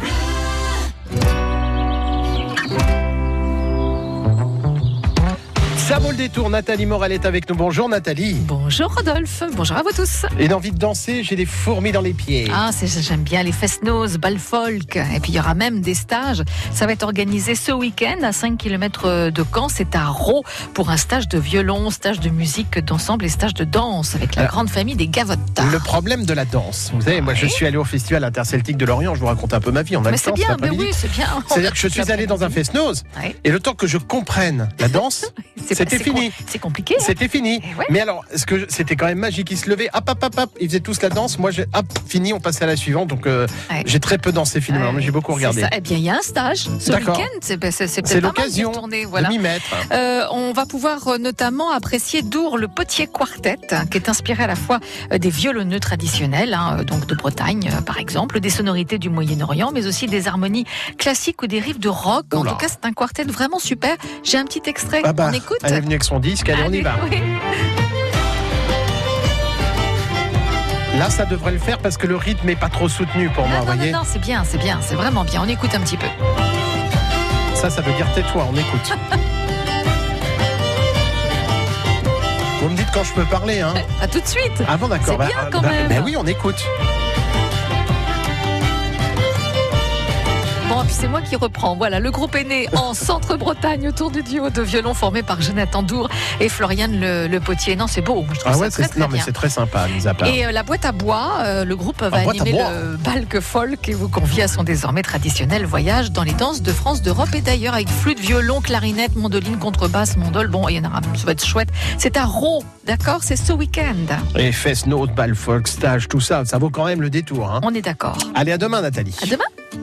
Bleu. Ça vaut le détour, Nathalie Morel est avec nous. Bonjour Nathalie. Bonjour Rodolphe, bonjour à vous tous. Une envie de danser, j'ai des fourmis dans les pieds. Ah, c'est- j'aime bien les fest-noz, bal folk. Et puis il y aura même des stages. Ça va être organisé ce week-end à 5 km de Caen. C'est à Raux pour un stage de violon, stage de musique d'ensemble et stage de danse avec la Alors, grande famille des Gavottes. Le problème de la danse. Vous savez, moi je suis allé au festival interceltique de Lorient, je vous raconte un peu ma vie, on a Mais le c'est temps cet bien, mais après-midi. oui, c'est bien. C'est-à-dire que je suis allé dans un fest-noz Ouais. et le temps que je comprenne la danse, C'est- C'était c'est com- fini. C'est compliqué. hein. c'était fini. Eh ouais. Mais alors, ce que je- c'était quand même magique, ils se levaient, hop, hop, hop, hop, ils faisaient tous la danse. Moi, j'ai, hop, fini, on passait à la suivante. Donc, euh, Ouais. j'ai très peu dansé finalement, Ouais, mais j'ai beaucoup c'est regardé. ça. Eh bien, il y a un stage ce D'accord. week-end. C'est ben, c'est- c'est C'est peut-être pas mal d'y l'occasion retourner, De voilà. m'y mettre. Euh, on va pouvoir euh, notamment apprécier Dour, le potier quartet, hein, qui est inspiré à la fois euh, des violoneux traditionnels, hein, euh, donc de Bretagne euh, par exemple, des sonorités du Moyen-Orient, mais aussi des harmonies classiques ou des riffs de rock. En Oula. tout cas, c'est un quartet vraiment super. J'ai un petit extrait, Ah bah, on écoute. Elle est venue avec son disque, allez, on y Allez, va. oui. Là, ça devrait le faire parce que le rythme est pas trop soutenu pour moi, Ah, vous non, non, voyez. non, c'est bien, c'est bien, c'est vraiment bien. On écoute un petit peu. Ça, ça veut dire tais-toi, on écoute. Vous me dites quand je peux parler, hein À tout de suite. Ah bon, d'accord. C'est bien, quand même. ben oui, on écoute. Bon, et puis c'est moi qui reprends. Voilà, le groupe est né en Centre-Bretagne autour du duo de violon formé par Jonathan Dour et Floriane Le, Le Potier. Non, c'est beau. Je trouve Ah ça ouais, très, c'est très non mais bien. c'est très sympa, mis à part. Et euh, la boîte à bois, euh, le groupe va Ah. boîte à animer bois. le Balque Folk et vous convie à son désormais traditionnel voyage dans les danses de France, d'Europe et d'ailleurs avec flûte, violon, clarinette, mandoline, contrebasse, mandole. Bon, il y en aura, ça va être chouette. C'est à Roux, d'accord C'est ce week-end. Et fesses, notes, bal, folk, stage, tout ça, ça vaut quand même le détour. Hein. On est d'accord. Allez, à demain, Nathalie. À demain